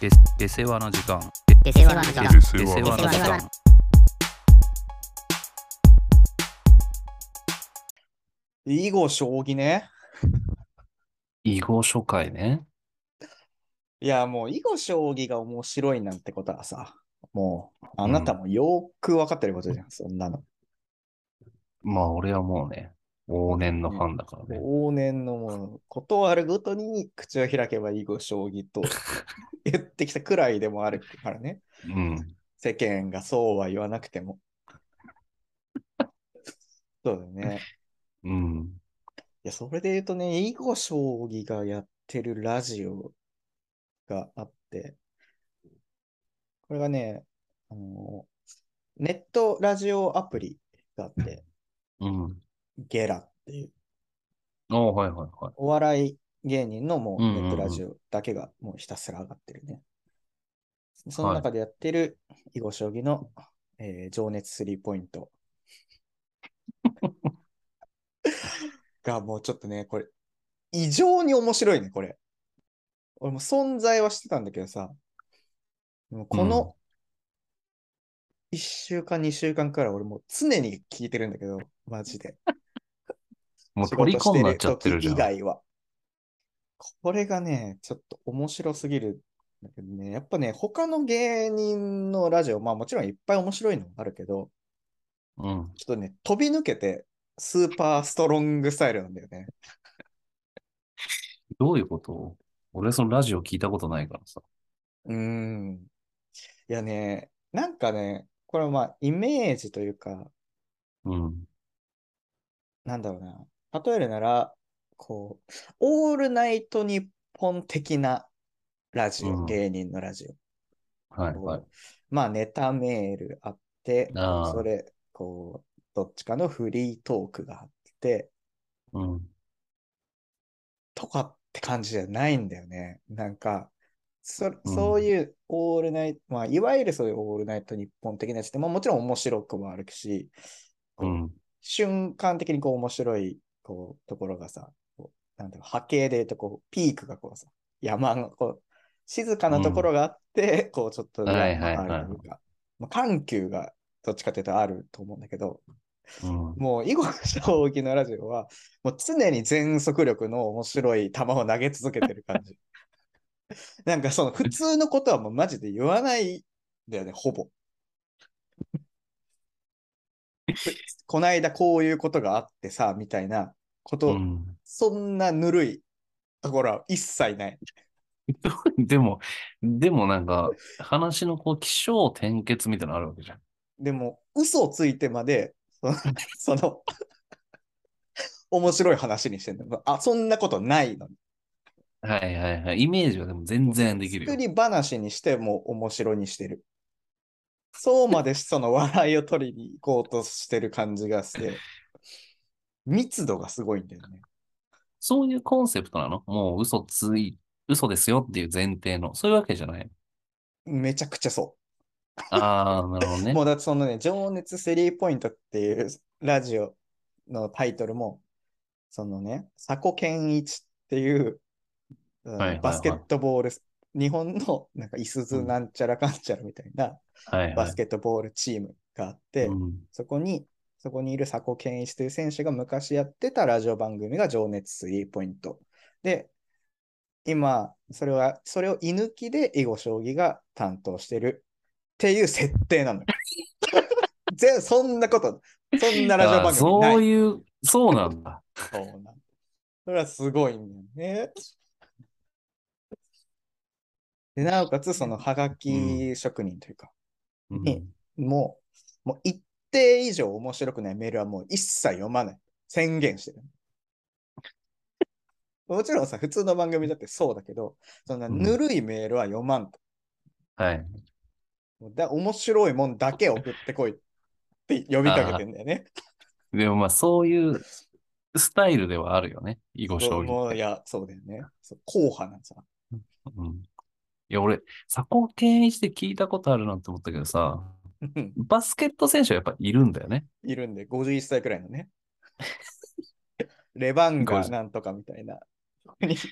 で、で世話の時間。デセワの時間デセで世話の時出世話間。囲碁将棋ね。囲碁初回ね。いや、もう囲碁将棋が面白いなんてことはさ、もう、あなたもよーく分かってることじゃん、そんなの。まあ、俺はもうね、往年のファンだからね。往年のもう、ことあるごとに口を開けば囲碁将棋と言ってきたくらいでもあるからね。うん。世間がそうは言わなくても。そうだよね。うん。いや、それで言うとね、囲碁将棋がやってるラジオがあって、これがね、あの、ネットラジオアプリがあって、うん。ゲラっていう、ああ、はいはいはい。お笑い芸人のもううネんうんうんットラジオだけがもうひたすら上がってるね。そのはい中でやってる囲碁将棋の、えー情熱スリーポイ ントがもうちょっとね、これ、異常に面白いね、これ。俺も存在はしてたんだけどさ、でもこうんの1週間、2週間からい俺もう常に聞いてるんだけど、マジで。もう虜になっちゃってるじゃん。仕事してる時以外は。これがね、ちょっと面白すぎるんだけどね、やっぱね、他の芸人のラジオ、まあもちろんいっぱい面白いのもあるけど、うん。ちょっとね、飛び抜けてスーパーストロングスタイルなんだよね。どういうこと俺そのラジオ聞いたことないからさ。うーん。いやね、なんかね、これはまあイメージというか、うん。なんだろうな、例えるなら、こう、オールナイトニッポン的なラジオ、うん芸人のラジオ。はいこうはい。まあネタメールあって、あーそれ、こう、どっちかのフリートークがあって、うん。とかって感じじゃないんだよね。なんか、そうんそういうオールナイト、まあ、いわゆるそういうオールナイト日本的なやつって、まあ、もちろん面白くもあるし、うん。瞬間的にこう面白いこうところがさ、こうなんていうの波形で言うとこうピークがこうさ、山のこう静かなところがあって、こうちょっとはいはいはい山があるというか、まあ、緩急がどっちかというとあると思うんだけど、うん。もう囲碁将棋のラジオは、もう常に全速力の面白い球を投げ続けてる感じ。 なんかその普通のことはもうマジで言わないんだよね、ほぼ。こないだこういうことがあってさ、みたいなこと、うんそんなぬるいところは一切ない。でも、でもなんか、話のこう、起承転結みたいなのあるわけじゃん。でも、嘘をついてまで、その、その面白い話にしてんだ。あ、そんなことないのにはいはいはい。イメージはでも全然できるよ作。り話にしても面白にしてる。そうまでその笑いを取りに行こうとしてる感じがして、密度がすごいんだよね。そういうコンセプトなのもう嘘つい、嘘ですよっていう前提の。そういうわけじゃない。めちゃくちゃそああ、なるほどう。ね も。うだってそのね、情熱スリーポイントっていうラジオのタイトルも、そのね、佐古健一っていう、うんはいはいはいバスケットボール、日本のなんかいすずなんちゃらかんちゃらみたいなはいはバいス。ケットボールチームがあって、うんそこに、そこにいる佐古健一という選手が昔やってたラジオ番組が情熱スリーポイント。で、今、それは、それを居抜きで囲碁将棋が担当してるっていう設定なのよ。 全そんなこと、そんなラジオあ番ー組ない。そういう、そうなん だ。そうなんだそれはすごいんだよね。でなおかつ、そのハガキ職人というか、うんねもう、もう一定以上面白くないメールはもう一切読まない。宣言してる。もちろんさ、普通の番組だってそうだけど、そんなぬるいメールは読まんと。はい。もうだ面白いもんだけ送ってこいって呼びかけてんだよね。でもまあ、そういうスタイルではあるよね。囲碁将そう棋。もういや、そうだよね。そう硬派なんさ。 うん、いや、俺、佐古健一で聞いたことあるなって思ったけどさ、バスケット選手はやっぱいるんだよね。いるんで、51歳くらいのね。レバンガなんとかみたいな。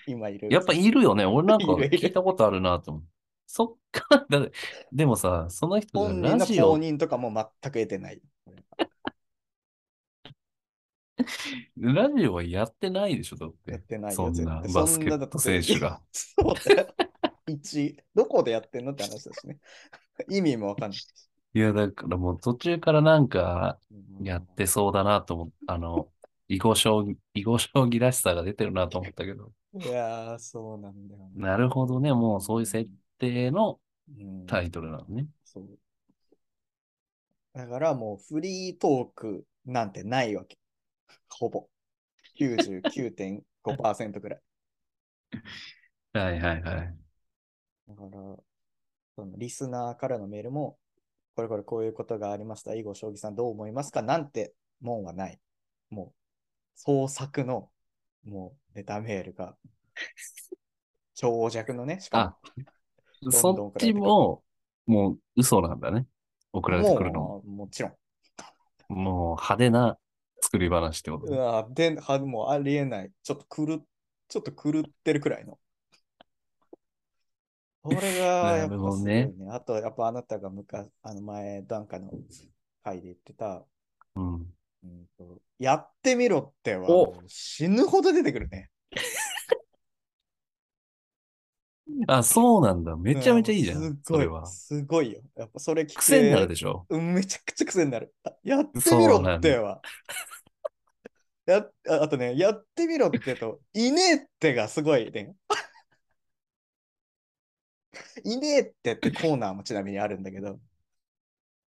今いる。 やっぱいるよね。俺なんかいるいる聞いたことあるなって思う。そっからだって、でもさ、その人本が人ラのジ公オ、認とかも全く得てない。ラジオはやってないでしょ、だっ。やっててないそよ、ん絶な対。バそスんケなだッってト選手が。 そうだよ。1、どこでやってんのって話だしね。 意味もわかんない。いや、だからもう途中からなんかうんやってそうだなと思って、あの、囲碁将棋、囲碁将棋らしさが出てるなと思ったけど、いやー、そうなんだよね。なるほどね、もうそういう設定のうんタイトルなのね。そう。だからもうフリートークなんてないわけ。ほ ぼ。99.5%くらい。はいはいはい。だから、そのリスナーからのメールも、これこれこういうことがありました。囲碁将棋さんどう思いますかなんてもんはない。もう、創作の、もう、ネタメールが、長尺のね、しかあ、んどんそっちも、もう嘘なんだね。送も、られてくるのも。もうもちろん。もう派手な作り話ってことうね。わで、はもうありえない。ちょっと狂っ、ちょっと狂ってるくらいの。これが、や なっるぱすほごどいねね。あと、やっぱあなたが昔、あの前、段階の回で言ってた、うん。うんとやってみろっては、おもう死ぬほど出てくるね。あ、そうなんだ。めちゃめちゃいいじゃん。うわもうすそごれいは。すごいよ。やっぱそれ聞く癖になるでしょ。うん、めちゃくちゃ癖になる。あやってみろっては。やああとね、やってみろってと、いねえってがすごいね。 いねえってってコーナーもちなみにあるんだけど、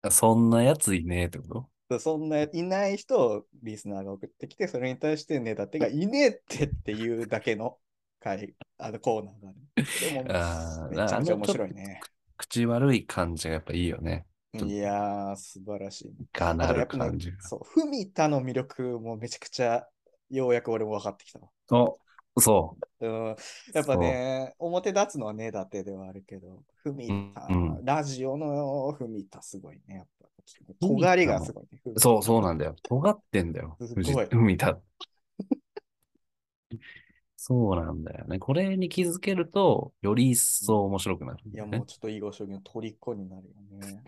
あそんなやついねえってことそんないない人をリスナーが送ってきて、それに対してねだってがいねえってっていうだけの回、あのコーナーがああーる。でも、めちゃめちゃ面白いあのね。口悪い感じがやっぱいいよね。ちょっといやー、素晴らしい。があなとやるっぱね感じが、。そう、フミタの魅力もめちゃくちゃ、ようやく俺も分かってきたわ。お、そう。うん、やっぱね、表立つのはねだてではあるけど、フミタ、うんラジオのフミタすごいね。やっぱ、タも尖りがすごいね。そう、そうななんだよ。尖ってんだよ。すごい藤海た。 そうなんだよね。これに気づけると、より一層面白くなるんいだや、よね、もうちょっと囲碁将棋の虜になるよね。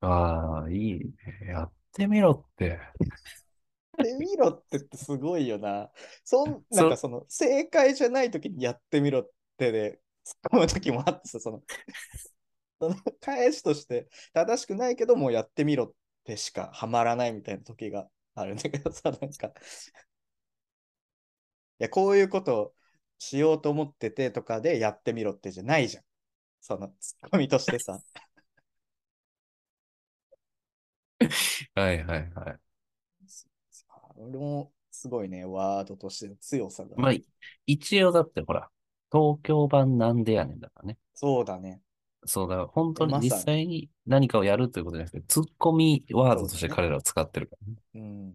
ああ、いいね。やってみろって。やってみろってってすごいよな。そ んそなんかその正解じゃない時にやってみろってで突っ込む時もあってさ、そのその返しとして正しくないけどもうやってみろってしかはまらないみたいな時があるんだけどさ、なんか。いや、こういうことしようと思っててとかでやってみろってじゃないじゃん。その突っ込みとし てさ。はいはいはい。俺もすごいね、ワードとしての強さが。まあ、い一応だってほら、東京版なんでやねんだからね。そうだね。そうだ、本当にまさに実際に何かをやるということじゃなくて、ツッコミワードとしてそうだね彼らを使ってるからね。うん。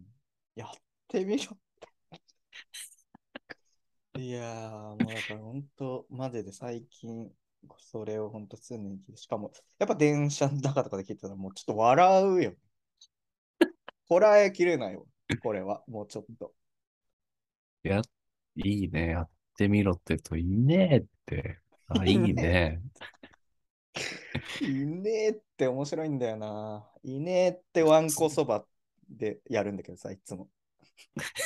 やってみろ。いやー、もうだから本当、マジで最近、それを本当常に聞いて、しかも、やっぱ電車の中とかで聞いてたら、もうちょっと笑うよ。こらえきれないわ、これは、もうちょっと。や、いいね、やってみろって言うと、いいねって。 あ、いいね。いねえって面白いんだよな。いねえってわんこそばでやるんだけどさ、い つも。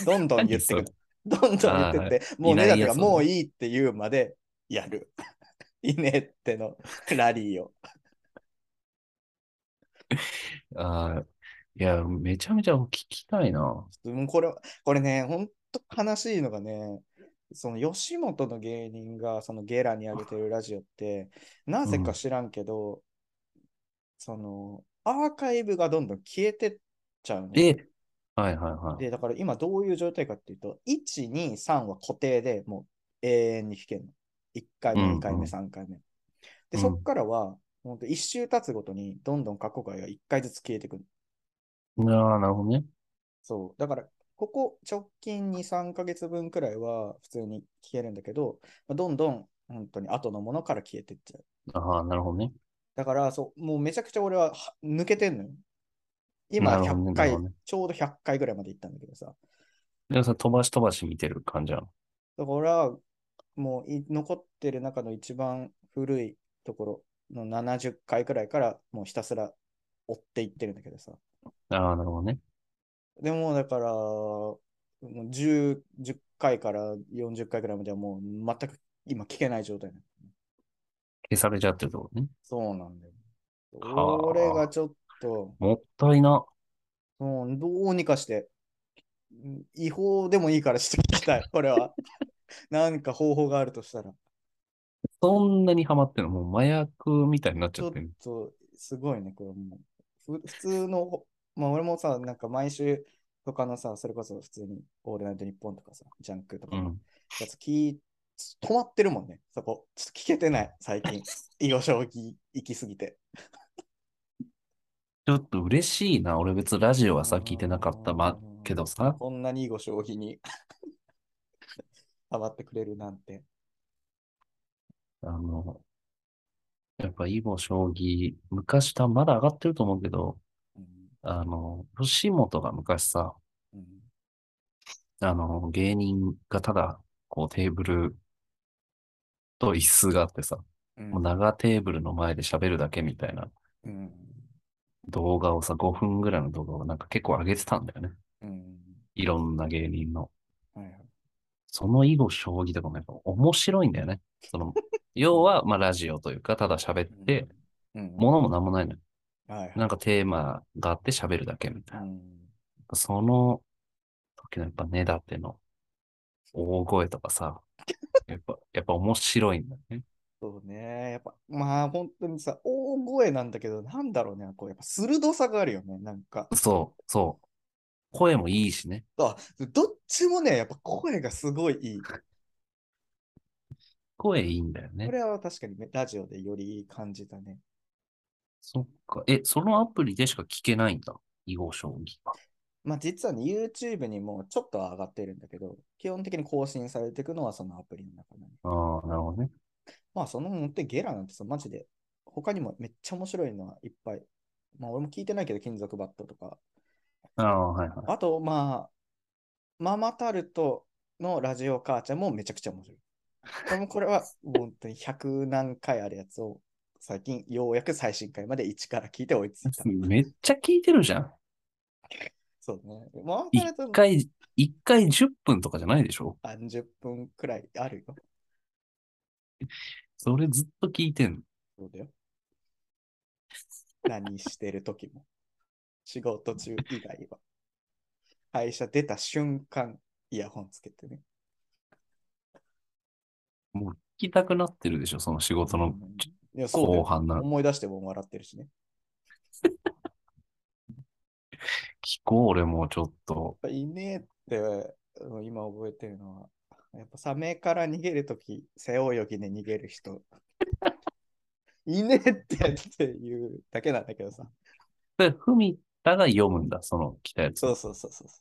どんどん言ってくる。どんどん言ってって、もうねだいなっていやがつをねもういいって言うまでやる。いねえってのラリーを。あーいや、めちゃめちゃ聞きたいな。うんこれ、これね、ほんと悲しいのがね、その吉本の芸人がそのゲラにあげてるラジオって、なぜか知らんけど、そのアーカイブがどんどん消えてっちゃうの。え、はいはいはい。で、だから今どういう状態かっていうと、1、2、3は固定でもう永遠に弾けるの。1回目、うんうん2回目、3回目。うで、んそっからは、ほんと1周経つごとに、どんどん過去回が1回ずつ消えていくの。ああ、なるほどね。そう。だから、ここ直近2、3ヶ月分くらいは普通に消えるんだけど、まあどんどん本当に後のものから消えてっちゃう。ああ、なるほどね。だから、そう、もうめちゃくちゃ俺はは抜けてんのよ。今なるほどねな100る回、ほどねちょうど100回ぐらいまで行ったんだけどさ。でもさ、飛ばし飛ばし見てる感じなの。だから、もうい残ってる中の一番古いところの70回くらいからもうひたすら追っていってるんだけどさ。ああ、なるほどね。でもだから、もう 10, 10回から40回くらいまではもう全く今聞けない状態なの消されちゃってるところね。そうなんだよ。はあこれがちょっと、もったいな。うん、どうにかして、うん違法でもいいからして聞きたい、これは。なんか方法があるとしたら。そんなにハマってるの、もう麻薬みたいになっちちゃょっってる。と、すごいね、これもう。ふ普通の、まあ俺もさ、なんか毎週、他のさ、それこそ普通に、オールナイトニッポンとかさ、ジャンクとかうのん。やつ聞い、止まってるもんね、そこ。ちょっと聞けてない、最近。囲碁将棋行きすぎて。ちょっと嬉しいな。俺別にラジオはさ、聞いてなかった、ま、けどさ。こんなに囲碁将棋にハマってくれるなんて。あの、やっぱ囲碁、将棋、昔たまだ上がってると思うけど、うんあの、吉本が昔さ、うんあの、芸人がただ、こうテーブルと椅子があってさ、うんもう長テーブルの前で喋るだけみたいなうん動画をさ、5分ぐらいの動画をなんか結構上げてたんだよね。うんいろんな芸人の。はいはいその囲碁、将棋とかもやっぱ面白いんだよね。そ の、要は、まあラジオというか、ただ喋って、うんものもなんもないのよ。はいはいなんかテーマがあって喋るだけみたいなう。んその時のやっぱねだっての大声とかさ、やっ ぱ、やっぱ面白いんだね。そうね。やっぱ、まあ本当にさ、大声なんだけど、なんだろうね。こう、やっぱ鋭さがあるよね。なんか。そう、そう。声もいいしね。あ、どっちもね、やっぱ声がすごいいい。声いいんだよねこ。れは確かにねラジオでより感じたね。そっか。え、そのアプリでしか聞けないんだ。囲碁将棋は。まあ実はね、YouTube にもちょっとは上がってるんだけど、基本的に更新されていくのはそのアプリの中なの。ああ、なるほどね。まあそのもってゲラなんてさ、マジで、他にもめっちゃ面白いのはいっぱい。まあ俺も聞いてないけど、金属バットとか。ああ、はいはい。。あと、まあ、ママタルトのラジオ母ちゃんもめちゃくちゃ面白い。でもこれは本当に100何回あるやつを最近ようやく最新回まで1から聞いて追いついためっちゃ聞いてるじゃん。そうね。ママタルト一の回、一回10分とかじゃないでしょ30分くらいあるよ。それずっと聞いてんの。そうだよ。何してる時も。仕事中以外は。会社出た瞬間、イヤホンつけてね。聞きたくなってるでしょその仕事うのんいや、そうだ後よ。半なら。思い出しても笑ってるしね。聞こう、俺もうちょっと。やっぱいねえって、うん今覚えてるのは、やっぱサメから逃げるとき、背泳ぎで逃げる 人。いねえってっていうだけなんだけどさ。で、ふみたが読むんだ、その来たやつ。そうそうそうそうそ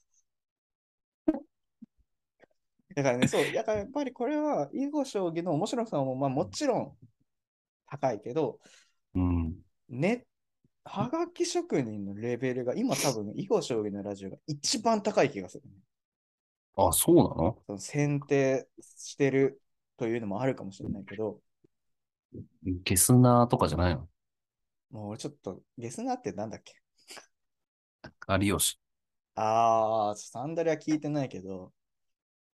う。だからね、そう、だからやっぱりこれは、囲碁将棋の面白さも、まあもちろん高いけど、うん。ね、はがき職人のレベルが今多分、囲碁将棋のラジオが一番高い気がする、ね。あ、そうなのその選定してるというのもあるかもしれないけど、ゲスナーとかじゃないのもう俺ちょっと、ゲスナーってなんだっけ有吉。ああ、サンダルは聞いてないけど、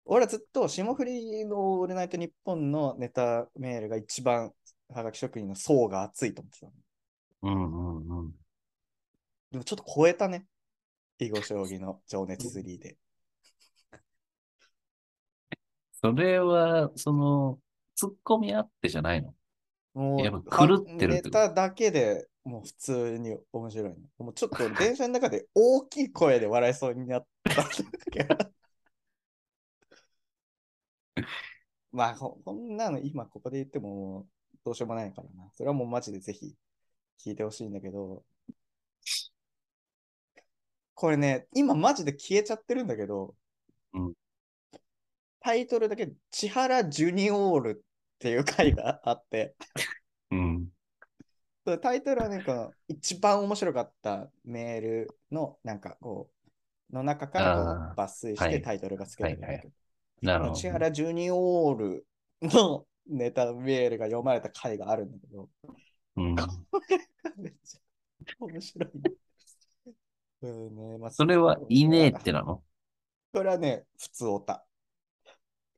俺はずっと霜降りのオールナイトニッポンのネタメールが一番はがき職人の層が厚いと思ってたの。うんうんうん。でもちょっと超えたね。囲碁将棋の情熱3で。それは、その、ツッコミあってじゃないのもう、やっぱ狂ってるっネてことタだけでもう普通に面白い、ね。もうちょっと電車の中で大きい声で笑いそうになったんだけど。 まあこ、こんなの今ここで言ってももうどうしようもないからな。それはもうマジでぜひ聞いてほしいんだけど。これね、今マジで消えちゃってるんだけど、うんタイトルだけ千原ジュニオールっていう回があって、うん。そうタイトルはね、この一番面白かったメールの、なんかこう、の中からあこう抜粋しはていタイトルがつけられるんだけど、なるほど千。原ジュニオールのネタメールが読まれた回があるんだけど、 うん。めっちゃ面白いね。うんねまあ、それはいねえってなのそれはね、普通オタ。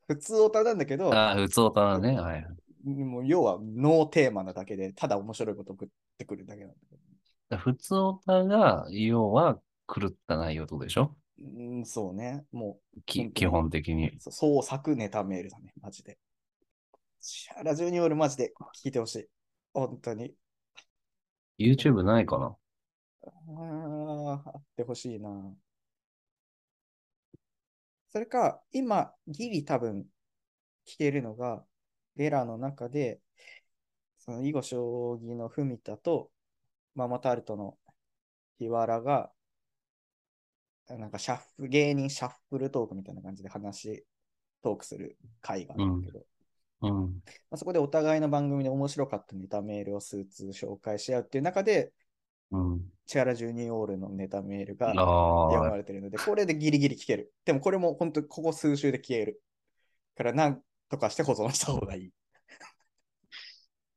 普通オタなんだけど、ああ、普通だね。はい。もう要はノーテーマなだけで、ただ面白いこと送ってくるだけなんだけど。普通オタが、要は狂った内容ってことでしょうん、そうね。もき本当に基本的にう、。そ創作ネタメールだね、マジで。シャラジュニオールマジで聞いてほしい。本当に。 YouTube ないかなあーあってほしいな。それか、今、ギリ多分、聞けるのが、レラの中で、その囲碁将棋の文田とママタルトの日原が、なんかシャッフ、芸人シャッフルトークみたいな感じで話、トークする回があるんだけど、うん。まあ、そこでお互いの番組で面白かったネタメールを数通紹介し合うっていう中で、うん。チャラジュニオールのネタメールが読あまれてるので、これでギリギリ聞ける。でもこれも本当ここ数週で消える。からなんとかして保存した方がいい。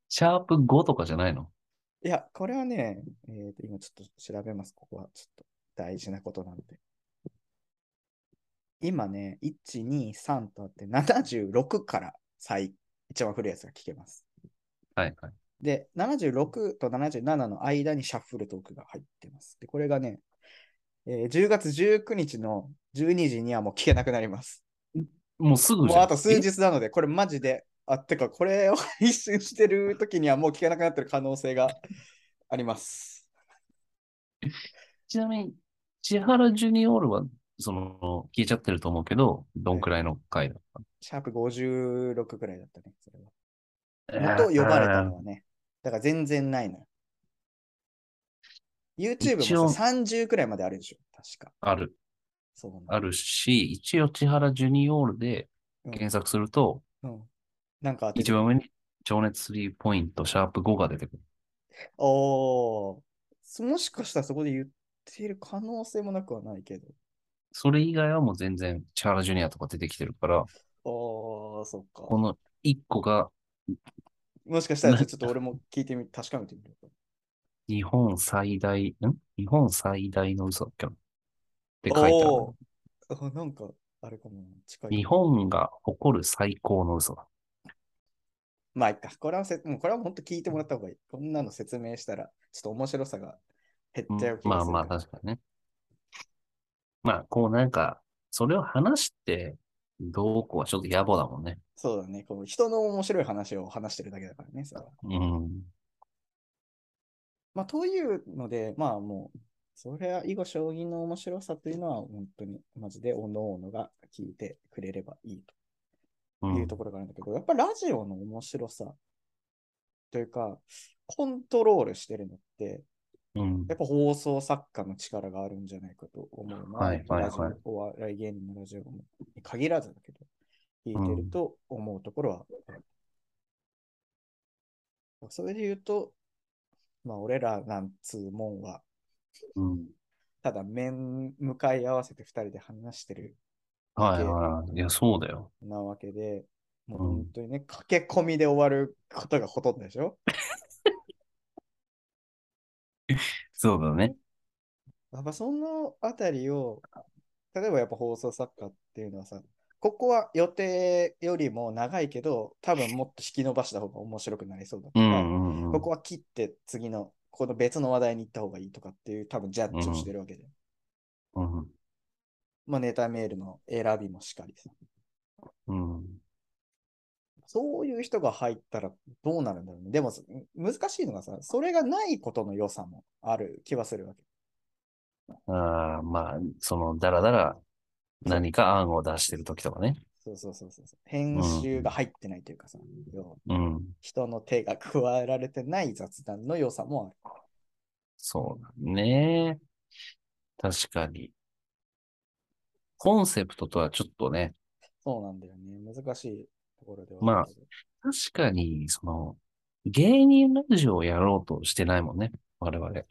シャープ5とかじゃないのいや、これはね、えーと今ちょっと調べます。ここはちょっと大事なことなんで。今ね、1、2、3とあって76から最、一番古いやつが聞けます。はいはい。で、76と77の間にシャッフルトークが入ってます。で、これがね、えー10月19日の12時にはもう聞けなくなります。もうすぐじもゃ。うんあと数え日なので、これマジで、あ、てか、これを配信してる時にはもう聞けなくなってる可能性があります。ちなみに、千原ジュニオールは、その、消えちゃってると思うけど、どんくらいの回だっシャープ56くらいだったね、それは。た元呼ばれたのはね、だから全然ないのよ。YouTube 一応もさ30くらいまであるでしょ、確か。ある、そうなのあるし、一応千原ジュニオールで検索すると、うんうんなんかあって一番上に情熱スリーポイント、シャープ5が出てくる。おーそもしかしたらそこで言ってる可能性もなくはないけど。それ以外はもう全然、千原ジュニアとか出てきてるから、おーそっかこ。の1個がもしかしたらちょっと俺も聞いてみ、確かめてみる。日本最大、ん日本最大の嘘だっけなって書いてある。おーあなんか、あれかもな、近い。日本が誇る最高の嘘だ。まあ、いっか。これはせ、もうこれは本当聞いてもらった方がいい。こんなの説明したら、ちょっと面白さが減っちゃう気まがあするまあ、から確かにね。まあ、こうなんか、それを話して、どうこうはちょっと野暮だもんね。そうだね。こう人の面白い話を話してるだけだからね、それはうん。まあ、というので、まあもう、それは囲碁将棋の面白さというのは、本当に、マジで、おのおのが聞いてくれればいいと。ういうんところがあるんだけど、やっぱラジオの面白さというか、コントロールしてるのって、うんやっぱ放送作家の力があるんじゃないかと思うな。はいはいはいラジオお笑い芸人のラジオも限らずだけど、聞いてると思うところはある。それで言うと、まあ俺らなんつうもんは、うん。ただ面向かい合わせて2人で話してるはいはい。いや、そうだよ。なわけで、もううん本当にね、駆け込みで終わることがほとんどでしょそうだね。やっぱそのあたりを、例えばやっぱ放送作家っていうのはさ、ここは予定よりも長いけど、多分もっと引き伸ばした方が面白くなりそうだとうか、んうんうん。ここは切って次の、この別の話題に行った方がいいとかっていう多分ジャッジをしてるわけで。うんまあネタメールの選びもしかりさ。うん。そういう人が入ったらどうなるんだろうね。でもそ難しいのがさ、それがないことの良さもある気はするわけ。ああ、まあ、その、だらだら何か案を出してる時とかね。そうそうそうそうそう。編集が入ってないというかさ、要はうん。人の手が加えられてない雑談の良さもある。そうだね。確かに。コンセプトとはちょっとね、そうなんだよね。難しいところではまああるけど確かに、その、芸人ラジオをやろうとしてないもんね。我々。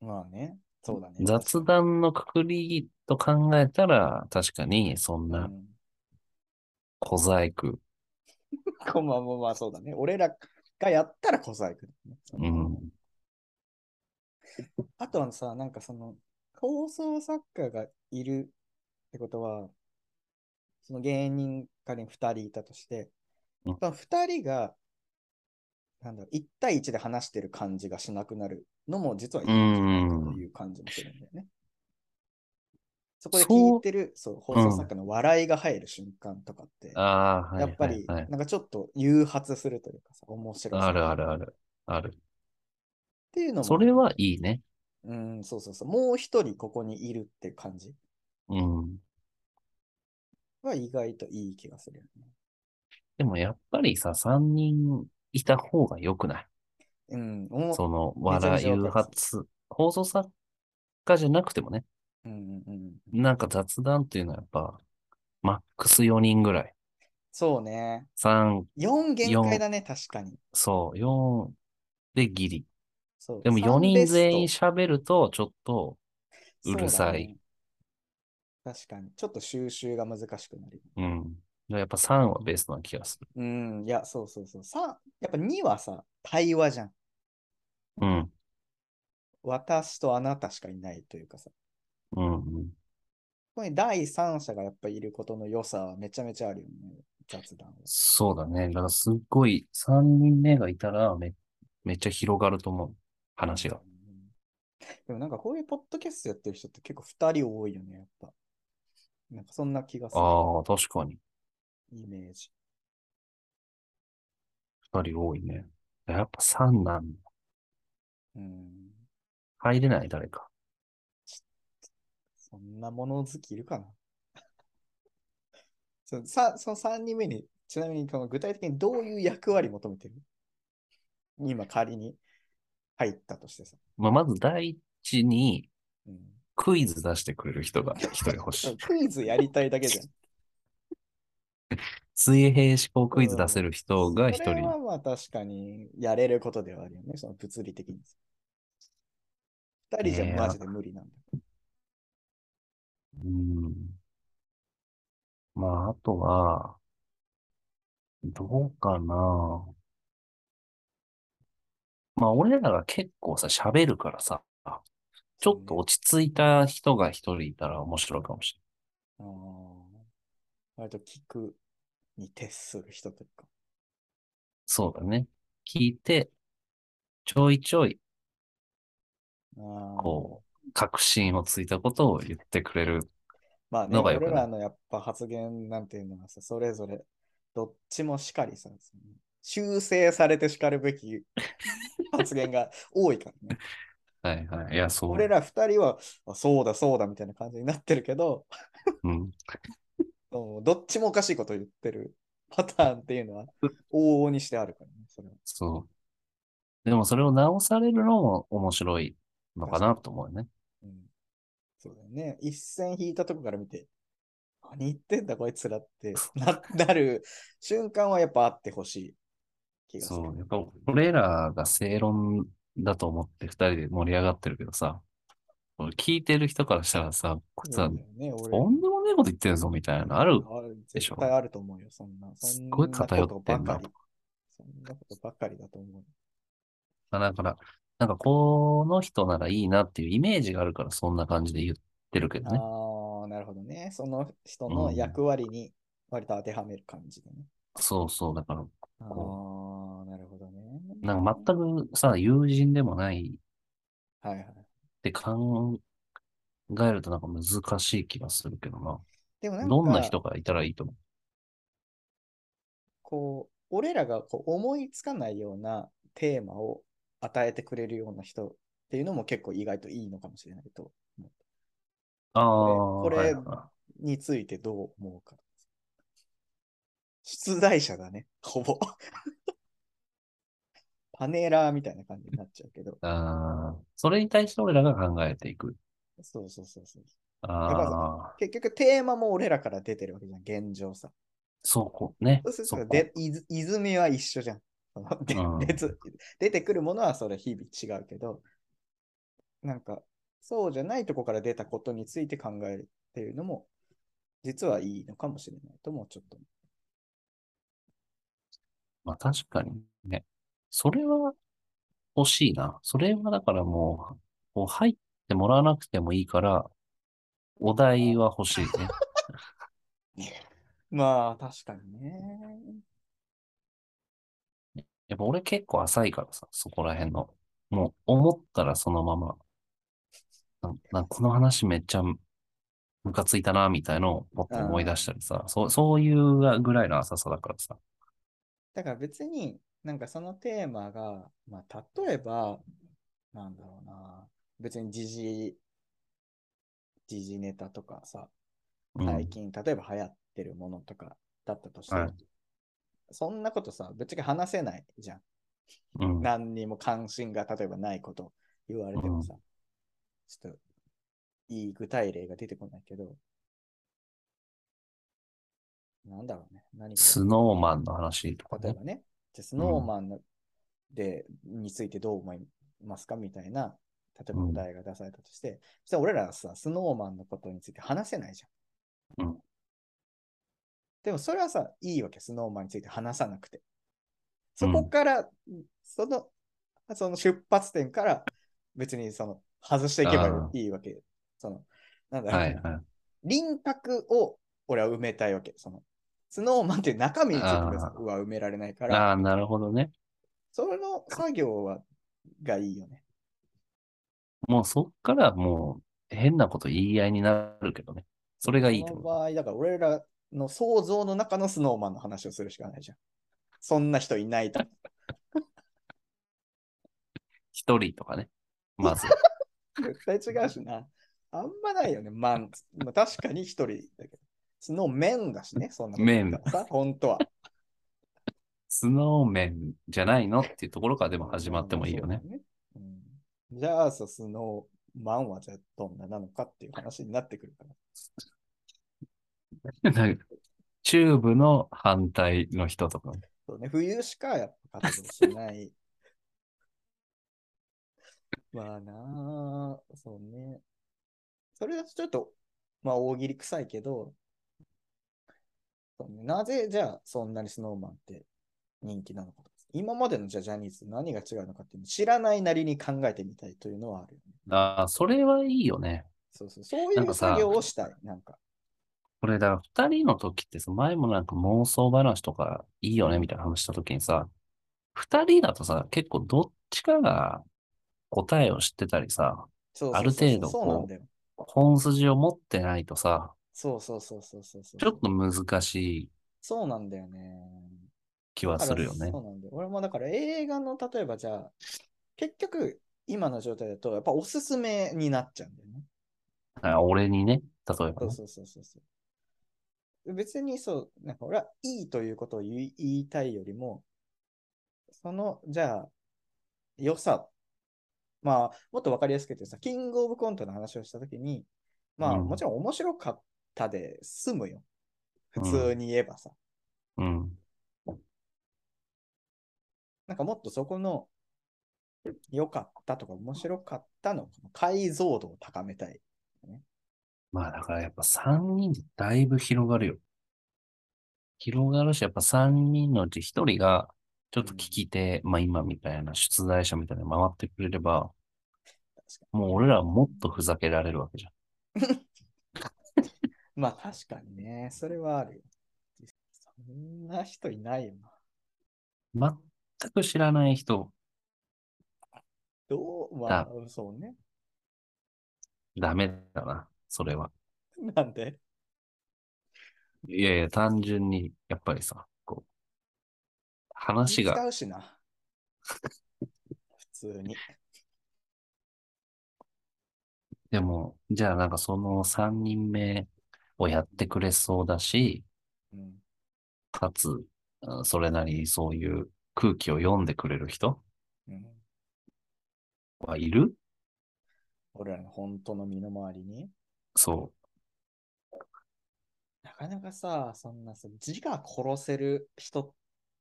まあね。そうだね。雑談のくくりと考えたら、確かに、そんうなん小細工こんばんは、 まあそうだね。俺らがやったら小細工だね。うん。あとはさ、なんかその、放送作家がいるってことは、その芸人仮に2人いたとして、うんその2人が、なんだろう、1対1で話してる感じがしなくなるのも、実はいういんじゃないんかという感じもするんだよね。そこで聞いてる、そう、放送作家の笑いが入る瞬間とかって、ああ、はいやっぱり、はいなはいんかちょっと誘発するというかさ、面白さあるあるある。ある。っていうのも、それはいいね。うん、そうそうそう。もう一人ここにいるって感じうん。は意外といい気がするよね。でもやっぱりさ、三人いた方が良くないうん、おもその、めちゃめ笑ちゃい、誘わかる発、放送作家じゃなくてもね、うんうんうん。なんか雑談っていうのはやっぱ、マックス4人ぐらい。そうね。 3、 4限界だね、確かに。そう、4でギリ。そうでも4人全員三ベ喋スると、ちょっと、トうるさいそうだね確かに。ちょっと収集が難しくなる。うん。やっぱ3はベストな気がする。うん、いや、そうそうそう。さ、やっぱ2はさ、対話じゃん。うん。私とあなたしかいないというかさ。うん、うん。ここに第三者がやっぱいることの良さはめちゃめちゃあるよね、雑談は。そうだね。だからすっごい、3人目がいたらめ、めっちゃ広がると思う。話がう。ん。でもなんかこういうポッドキャストやってる人って結構2人多いよね、やっぱ。なんかそんな気がする。ああ、確かに。イメージ。 2人多いね。やっぱ3なんだうん。入れない、誰か。そんな物好きいるかな そのさその3人目に、ちなみにこの具体的にどういう役割求めてる今仮に入ったとしてさ。まあ、まず第一に、 うん、。クイズ出してくれる人が一人欲しい クイズやりたいだけじゃん。水平思考クイズ出せる人が一それは人。まあ確かにやれることではあるよね、その物理的に。二人じねえゃマジで無理なんだ。うん。まあ、あとは、どうかな。まあ、俺らが結構さ、喋るからさ、ちょっと落ち着いた人が一人いたら面白いかもしああ割と聞くに徹する人というか。れない。そうだね。聞いて、ちょいちょい、ああこう、確信をついたことを言ってくれる。まあね、のが良くない俺らのやっぱ発言なんていうのはさ、それぞれどっちもしかりさ、その修正されてしかるべき発言が多いからね。はいはい。いや、 そう。俺ら二人は、あそうだそうだみたいな感じになってるけど、うん。そうどっちもおかしいこと言ってるパターンっていうのは往々にしてあるからね。それはそう。でもそれを直されるのも面白いのかなと思うね。うん、そうだよね。一線引いたとこから見て、何言ってんだこいつらってななる瞬間はやっぱあってほしい気がする。そう。やっぱ俺らが正論だと思って二人で盛り上がってるけどさ、俺聞いてる人からしたらさ、こいつそうはだよね、俺とんでもねえこと言ってるぞみたいなのある。あるでしょ絶対あると思うよ、そんな。そすんっごいな偏ことってばんなかり。そんなことばっかりだと思う。まあだから、なんかこの人ならいいなっていうイメージがあるからそんな感じで言ってるけどね。ああ、なるほどね。その人うのん役割に割と当てはめる感じでね。そうそう。だから、ああー、なるほどね。なんか全くさ、友人でもないはいはい。って考えるとなんか難しい気がするけどな。でもなんか、どんな人がいたらいいと思こう、俺らがこう思いつかないようなテーマを与えてくれるような人っていうのも結構意外といいのかもしれないと。うああ、これはいはについてどう思うか。出題者だね、 ほぼ。パネラーみたいな感じになっちゃうけど。いあーそれに対して俺らが考えていく。そうそうそうそう。ああ、結局テーマも俺らから出てるわけじゃん、現状さ。そうこうねそう。するそとうで、いず泉は一緒じゃん。そのでうん別出てくるものはそれ日々違うけど、なんか、そうじゃないとこから出たことについて考えるっていうのも、実はいいのかもしれないともちょっと。まあ確かにね。それは欲しいな。それはだからもう、こう入ってもらわなくてもいいから、お題は欲しいね。まあ、確かにね。やっぱ俺結構浅いからさ、そこら辺の。もう思ったらそのまま。ななんかこの話めっちゃムカついたな、みたいのをポッと思い出したりさ、そう、そういうぐらいの浅さだからさ。だから別に、なんかそのテーマが、まあ、例えば、なんだろうな、別に時事、時事ネタとかさ、うん。最近、例えば流行ってるものとかだったとして、はいそんなことさ、ぶっちゃけ話せないじゃん。うん。何にも関心が例えばないこと言われてもさ、ちょっといい具体例が出てこないけど、なんだろうね。何かスノーマンの話とか例えね。ばね、じゃあスノーマンので、についてどう思いますかみたいな、例えばうんお題が出されたとして、そしたら俺らはさ、スノーマンのことについて話せないじゃん。うんでもそれはさ、いいわけ、スノーマンについて話さなくて。そこから、その、その出発点から、別にその、外していけばあいいわけ。その、なんだろう、はいは輪郭を俺は埋めたいわけ。その、スノーマンっていう中身については埋められないかい。ら、ああ、なるほどね。その作業は、がいいよね。もうそっからもう変なこと言い合いになるけどね。それがいいそとの思う。場合、だから俺らの想像の中のスノーマンの話をするしかないじゃん。そんな人いないと。一人とかね。ま ず。絶対違うしな。あんまないよね、マン。まあ、確かに一人だけど。スノーメンだしね、そんなこと言ったらさ。本当は。スノーメンじゃないのっていうところからでも始まってもいいよね。そうだうんじゃあさ、スノーマンはじゃあどんななのかっていう話になってくるから。 なんかチューブの反対の人とか。そうね、冬しかやっぱ活動しない。 まあなあ、そうね。それだとちょっと、まあ大喜利臭いけど、そうね、なぜじゃあそんなにスノーマンって人気なのかとか今までのじゃあジャニーズと何が違うのかっていうのを知らないなりに考えてみたいというのはあるよね。ああ、それはいいよね。そうそう、そういなんうかさ作業をしたい。なんか、これだから二人の時ってさ、前もなんか妄想話とかいいよねみたいな話した時にさ、二人だとさ、結構どっちかが答えを知ってたりさ、そうある程度そうなんだよ。本筋を持ってないとさ、そうそうそうそうそうそう。ちょっと難しいそうなんだよね。気はだすからるよねそ。うなんだよ俺もだから映画の例えばじゃあ、結局今の状態だとやっぱおすすめになっちゃうんだよね。あ俺にね、例えばそうね。そうそうそうそう。別にそう、なんか俺はいいということを言い言いたいよりも、その、じゃあ、良さ。まあ、もっとわかりやすく言うとさ、キングオブコントの話をしたときに、まあ、うんもちろん面白かったで済むよ。普通に言えばさ。うん。なんかもっとそこの良かったとか面白かったの解像度を高めたい。まあだからやっぱ3人でだいぶ広がるよ。広がるし、やっぱ3人のうち1人がちょっと聞き手、まあ今みたいな出題者みたいなの回ってくれれば、もう俺らはもっとふざけられるわけじゃん。まあ確かにね、それはあるよ。そんな人いないよな。全く知らない人、どうまああ、そうね。ダメだな、それは。なんでいやいや、単純に、やっぱりさ、こう、話気使が、うしな。普通に。でも、じゃあなんかその3人目をやってくれそうだし、うん、かつ、うんそれなりにそういう空気を読んでくれる人うん。はいる俺らの本当の身の回りに。そなかなかさ、そんなさ、自我殺せる人っ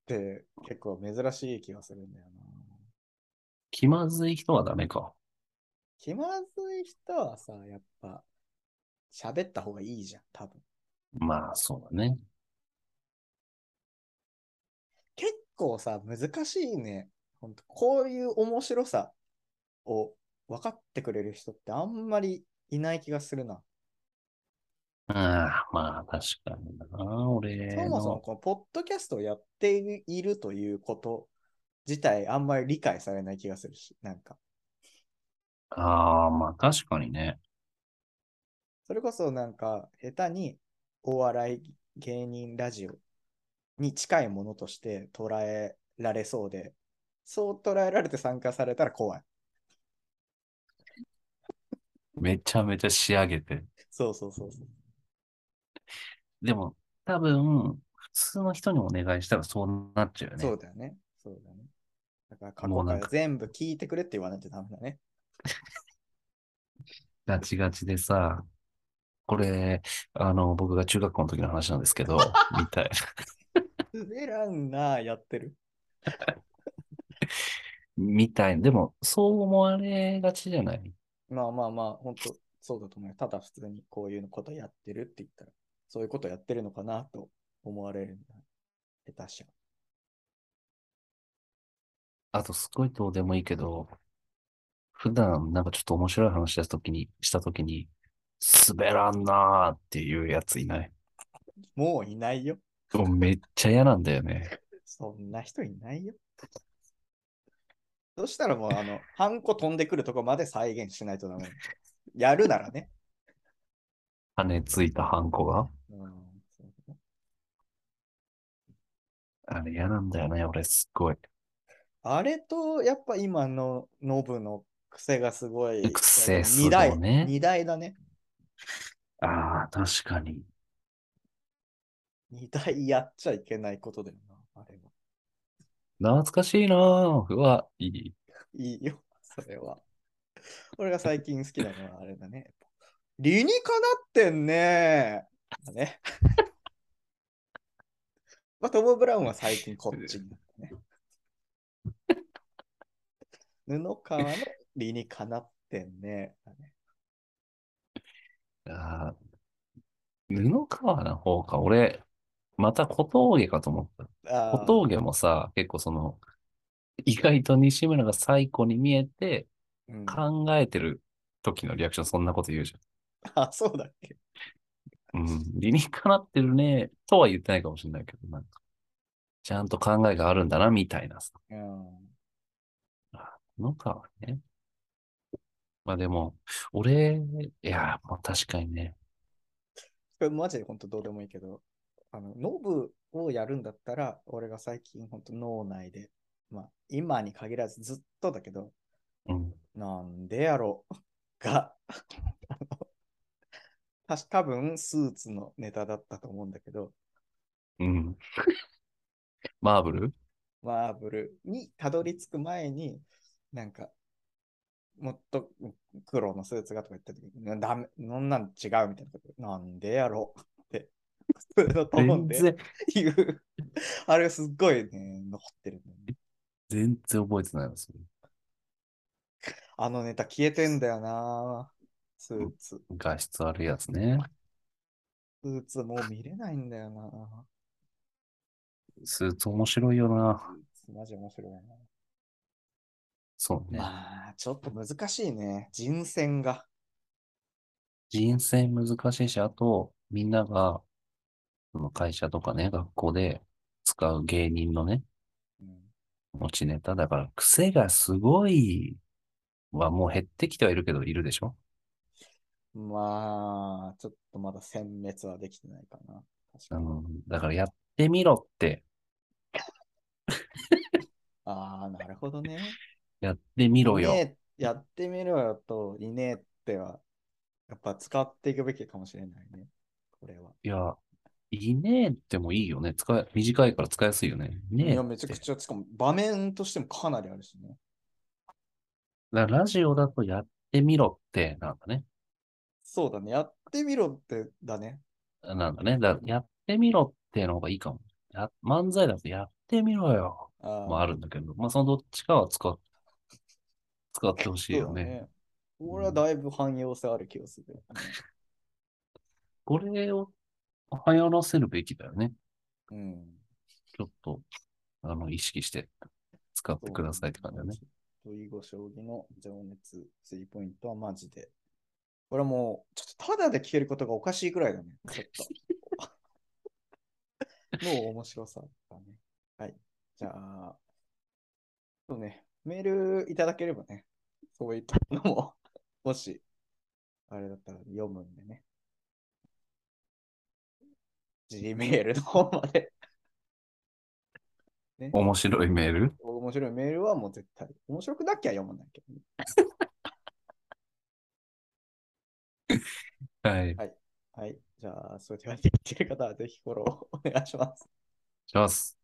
て結構珍しい気がするんだよな。う。気まずい人はダメか。気まずい人はさ、やっぱ、喋った方がいいじゃん、多分。まあ、そうだね。結構さ、難しいね。ほんとこういう面白さを分かってくれる人ってあんまりいない気がするな。ああ、まあ確かにな。俺そもそもの、このポッドキャストをやっているということ自体あんまり理解されない気がするし、なんか。ああ、まあ確かにね。それこそなんか下手にお笑い芸人ラジオに近いものとして捉えられそうで、そう捉えられて参加されたら怖い。めちゃめちゃ仕上げて。そうそうそうそう。でも、多分、普通の人にお願いしたらそうなっちゃうよね。そうだよね。そうだよね。だから過も去うかなんらか全部聞いてくれって言わないとダメだね。ガチガチでさ、これ、あの、僕が中学校の時の話なんですけ ど、みたいな。滑らんな、やってる。みたいな。でも、そう思われがちじゃないまあまあまあ、本当そうだと思うよ。ただ普通にこういうことやってるって言ったら、そういうことやってるのかなと思われるんだ。下手しちゃう。あと、すごいどうでもいいけど、普段なんかちょっと面白い話したときに、したときに、滑らんなーっていうやついない。もういないよ。もうめっちゃ嫌なんだよね。そんな人いないよ。そしたらもう、あの、ハンコ飛んでくるとこまで再現しないとダメ。やるならね。羽ついたハンコが。うん、そうだねあれ嫌なんだよね、俺すっごい。あれと、やっぱ今のノブの癖がすごい。癖す二ごい台、ね二台だね。ああ、確かに。二台やっちゃいけないことだよな、あれは。懐かしいなー。うわ、いい。いいよ、それは。俺が最近好きなのはあれだね。理にかなってんねだね。 まあ、トム・ブラウンは最近こっちになったね。布川の理にかなってんねだね。あー布川の方か。俺、また小峠かと思った。あ小ー峠もさ、結構その、意外と西村が最古に見えて、うん考えてる時のリアクション、そんなこと言うじあ、そうだっけ。ゃん。うん。 理にかなってるね、とは言ってないかもしれないけど、なんか、ちゃんと考えがあるんだな、みたいなさ。うんのかね。まあでも、俺、いや、もう確かにね。これマジで本当どうでもいいけど、あの、ノブをやるんだったら、俺が最近本当脳内で、まあ、今に限らずずっとだけど、うん。なんでやろが、 あのたし多分スーツのネタだったと思うんだけど、うん。 マーブルマーブルにたどり着く前に、なんか、もっと黒のスーツがとか言った時に、なダメ、そんなん違うみたいなこと、なんでやろって、普通のトーン全で然、言う、 あれがすっごいね、残ってるんだよね。全然覚えてないです。あのネタ消えてんだよなスーツ。画質悪いやつね。スーツもう見れないんだよなスーツ面白いよな。マジ面白いな。そうね。まあ、ちょっと難しいね。人選が。人選難しいし、あと、みんなが、その会社とかね、学校で使う芸人のね、うん持ちネタ。だから、癖がすごいはもう減ってきてはいるけど、いるでしょまあ、ちょっとまだ殲滅はできてないかな。確うかに。ん。だから、やってみろって、ああ、なるほどね。やってみろいよ。ねえやってみろよと、いねえっては、やっぱ使っていくべきかもしれないね。これは。いや、いねえってもいいよね。使い、短いから使いやすいよね。ねえいや、めちゃくってちゃ、しかも場面としてもかなりあるしね。だからラジオだとやってみろって、なんだね。そうだね。やってみろって、だね。なんだね。だやってみろっての方がいいかも。や漫才だとやってみろよ。あもあるんだけど、まあそのどっちかは使っ使ってほしいよね。そうだね。俺はだいぶ汎用性ある気がするよね、これを流行らせるべきだよね。うん。ちょっと、あの、意識して使ってくださいって感じだね。。囲碁将棋の情熱、スリーポイントはマジで。これはもう、ちょっとただで聞けることがおかしいくらいだね。ちょっと。の面白さだね。はい。じゃあ、そうね、メールいただければね、そういったのも、 もし、あれだったら読むんでね。G メールの方まで。ね面白いメール面白いメールはもう絶対。面白くなきゃ読まないけどね。はい。はい。じゃあ、それではできてる方はぜひフォローお願いします。します。